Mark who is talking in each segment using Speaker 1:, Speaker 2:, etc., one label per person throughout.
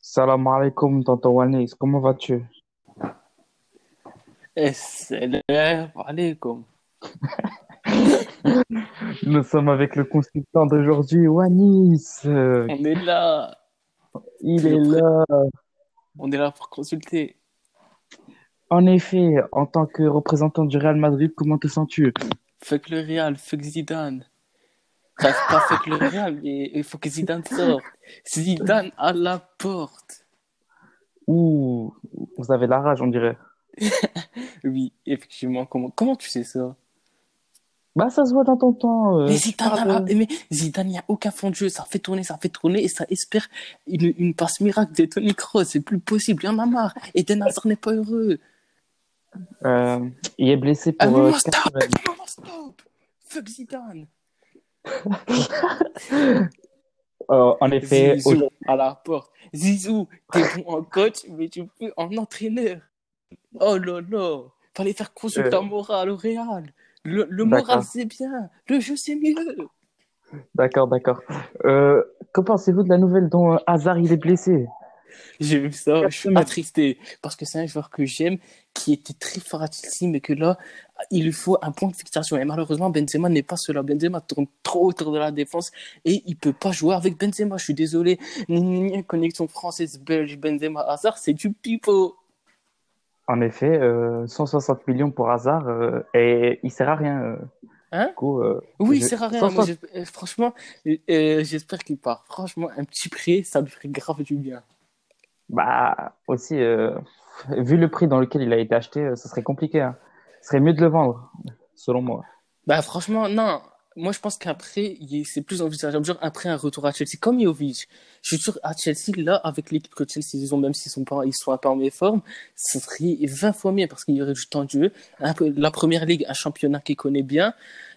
Speaker 1: Salam alaikum, tonton Wanis, comment vas-tu?
Speaker 2: Salam alaikum.
Speaker 1: Nous sommes avec le consultant d'aujourd'hui, Wanis. Euh,
Speaker 2: On est là,
Speaker 1: il est
Speaker 2: toujours prêt.
Speaker 1: là.
Speaker 2: on est là pour consulter.
Speaker 1: En effet, en tant que représentant du Real Madrid, comment te sens-tu?
Speaker 2: Fuck le Real, fuck Zidane. Enfin, c'est pas fuck le Real, mais il faut que Zidane sorte. Zidane à la porte.
Speaker 1: Ouh, vous avez la rage, on dirait.
Speaker 2: Oui, effectivement, comment, comment tu sais ça?
Speaker 1: Bah, ça se voit dans ton temps.
Speaker 2: Mais
Speaker 1: euh, tu
Speaker 2: Zidane, à
Speaker 1: parles.
Speaker 2: la- mais Zidane, il n'y a aucun fond de jeu. Ça fait tourner, ça fait tourner et ça espère une, une passe miracle de Toni Kroos. C'est plus possible, il y en a marre. Eden Hazard n'est pas heureux.
Speaker 1: euh, il est blessé
Speaker 2: Un
Speaker 1: pour euh,
Speaker 2: moment,
Speaker 1: quatre
Speaker 2: Ah, stop!
Speaker 1: semaines.
Speaker 2: Un moment, stop! Fuck Zidane!
Speaker 1: Euh, en effet,
Speaker 2: Zizou à la porte. Zizou, t'es bon en coach, mais tu peux en entraîneur. Oh là là, fallait faire consulter
Speaker 1: aujourd'hui-
Speaker 2: ta morale au Real. Le, le
Speaker 1: euh,
Speaker 2: moral,
Speaker 1: d'accord,
Speaker 2: c'est bien. Le jeu, c'est mieux.
Speaker 1: d'accord, d'accord. Euh, que pensez-vous de la nouvelle dont euh, Hazard il est blessé?
Speaker 2: J'ai vu ça,
Speaker 1: Quatre
Speaker 2: je suis
Speaker 1: semaines.
Speaker 2: attristé parce que c'est un joueur que j'aime qui était très fort à Chelsea, mais que là, il lui faut un point de fixation. Et malheureusement, Benzema n'est pas cela. Benzema tourne trop autour de la défense et il peut pas jouer avec Benzema. Je suis désolé. Gna, gna, gna, Connexion française-belge, Benzema Hazard, c'est du pipeau.
Speaker 1: En effet, euh, 160 millions pour Hazard euh, et il sert à rien. euh.
Speaker 2: Hein?
Speaker 1: Du coup, euh,
Speaker 2: Oui,
Speaker 1: je...
Speaker 2: c'est à rien. Moi,
Speaker 1: 160
Speaker 2: j'ai- euh, franchement, euh, j'espère qu'il part. Franchement, un petit prêt, ça me ferait grave du bien.
Speaker 1: Bah, aussi, euh, vu le prix dans lequel il a été acheté, euh, ça serait compliqué. Hein. Ce serait mieux de le vendre, selon moi.
Speaker 2: Bah, franchement, non. Moi, je pense qu'un prêt, il est- c'est plus envisageable. Genre, après un retour à Chelsea, comme Jovic. Je suis sûr, à Chelsea, là, avec l'équipe que Chelsea, ils ont, même s'ils sont pas, ils sont pas en méforme, ce serait 20 fois mieux parce qu'il y aurait du temps de jeu. Un peu, la première ligue, un championnat qu'il connaît bien.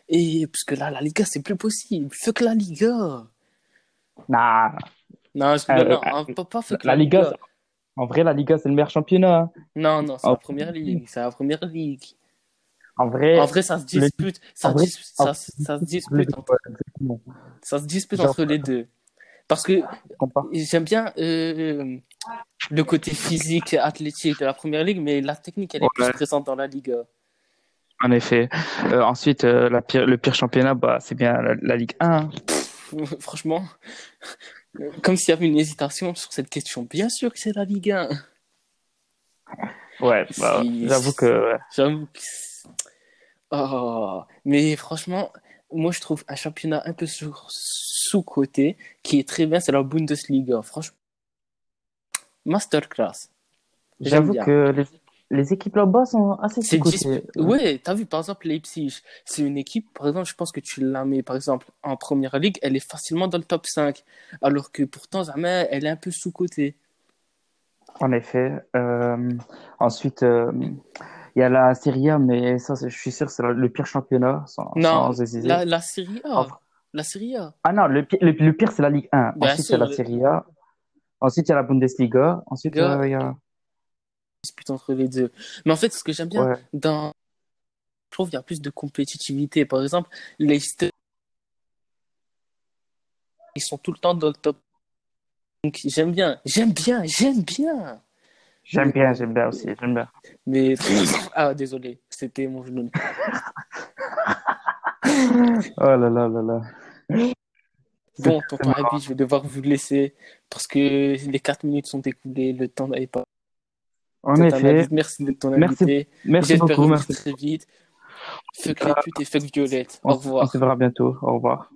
Speaker 2: Et, parce que là, la Liga, c'est plus possible. Fuck la Liga.
Speaker 1: Nah,
Speaker 2: Non, je rigole,
Speaker 1: euh,
Speaker 2: non, hein, pas, pas fuck
Speaker 1: la
Speaker 2: la
Speaker 1: Liga, c'est-
Speaker 2: Liga.
Speaker 1: en vrai, la Liga, c'est le meilleur championnat. hein.
Speaker 2: Non, non, c'est
Speaker 1: En,
Speaker 2: la première ligue. C'est la première ligue.
Speaker 1: en
Speaker 2: En
Speaker 1: vrai,
Speaker 2: vrai, ça se
Speaker 1: le...
Speaker 2: dispute,
Speaker 1: en
Speaker 2: ça,
Speaker 1: vrai,
Speaker 2: dis-
Speaker 1: en
Speaker 2: ça, ça se
Speaker 1: vrai,
Speaker 2: dispute entre,
Speaker 1: ouais, exactement.
Speaker 2: ça se dispute
Speaker 1: Genre,
Speaker 2: entre les deux. Parce que
Speaker 1: je comprends.
Speaker 2: j'aime bien euh, le côté physique, athlétique de la première ligue, mais la technique, elle est plus
Speaker 1: Ouais,
Speaker 2: présente dans la ligue. euh,
Speaker 1: en effet. Euh, ensuite, euh, la pire- le pire championnat, bah, c'est bien la, la Ligue 1. hein.
Speaker 2: Franchement, euh, comme s'il y avait une hésitation sur cette question. Bien sûr que c'est la Ligue 1.
Speaker 1: Ouais, bah,
Speaker 2: Si-
Speaker 1: j'avoue que. ouais.
Speaker 2: J'avoue que c'est- Oh, mais franchement, moi je trouve un championnat un peu sur- sous-coté qui est très bien, c'est la Bundesliga. Franchement, masterclass. J'aime
Speaker 1: J'avoue
Speaker 2: bien.
Speaker 1: que les, les équipes là-bas sont assez
Speaker 2: C'est
Speaker 1: sous-cotées.
Speaker 2: disp... Ouais, t'as vu, par exemple, Leipzig, c'est une équipe, par exemple, je pense que tu la mets, par exemple, en première ligue, elle est facilement dans le top 5. Alors que pourtant, Zama, elle est un peu sous-cotée.
Speaker 1: En effet. Euh, ensuite, euh, il y a la Serie A, mais ça, c'est- je suis sûr, c'est la- le pire championnat, sans,
Speaker 2: Non,
Speaker 1: sans hésiter.
Speaker 2: la, la Serie A.
Speaker 1: Enfin,
Speaker 2: La Serie A.
Speaker 1: ah non, le, pi- le, le pire, c'est la Ligue 1.
Speaker 2: Bien
Speaker 1: Ensuite, il y a
Speaker 2: sûr,
Speaker 1: la
Speaker 2: le
Speaker 1: Serie A. Ensuite, il y a la Bundesliga. Ensuite,
Speaker 2: gars
Speaker 1: euh, il y a.
Speaker 2: dispute entre les deux. Mais en fait, ce que j'aime bien,
Speaker 1: Ouais,
Speaker 2: dans... je trouve qu'il y a plus de compétitivité. Par exemple, Leicester, ils sont tout le temps dans le top. Donc, j'aime bien, j'aime bien, j'aime bien.
Speaker 1: j'aime bien, j'aime bien aussi, j'aime bien.
Speaker 2: Mais, ah, désolé, c'était mon genou.
Speaker 1: Oh là là là là. C'est
Speaker 2: Bon,
Speaker 1: très
Speaker 2: tonton
Speaker 1: marrant.
Speaker 2: Habib, je vais devoir vous laisser parce que les 4 minutes sont écoulées, le temps n'avait pas.
Speaker 1: En
Speaker 2: Tonton
Speaker 1: effet,
Speaker 2: Habib, merci de ton
Speaker 1: merci,
Speaker 2: invité.
Speaker 1: merci
Speaker 2: J'espère
Speaker 1: beaucoup,
Speaker 2: revenir
Speaker 1: merci.
Speaker 2: très vite. Fuck
Speaker 1: Euh,
Speaker 2: les putes et fuck Violette.
Speaker 1: on
Speaker 2: Au
Speaker 1: s- on se
Speaker 2: revoir.
Speaker 1: verra bientôt. Au revoir.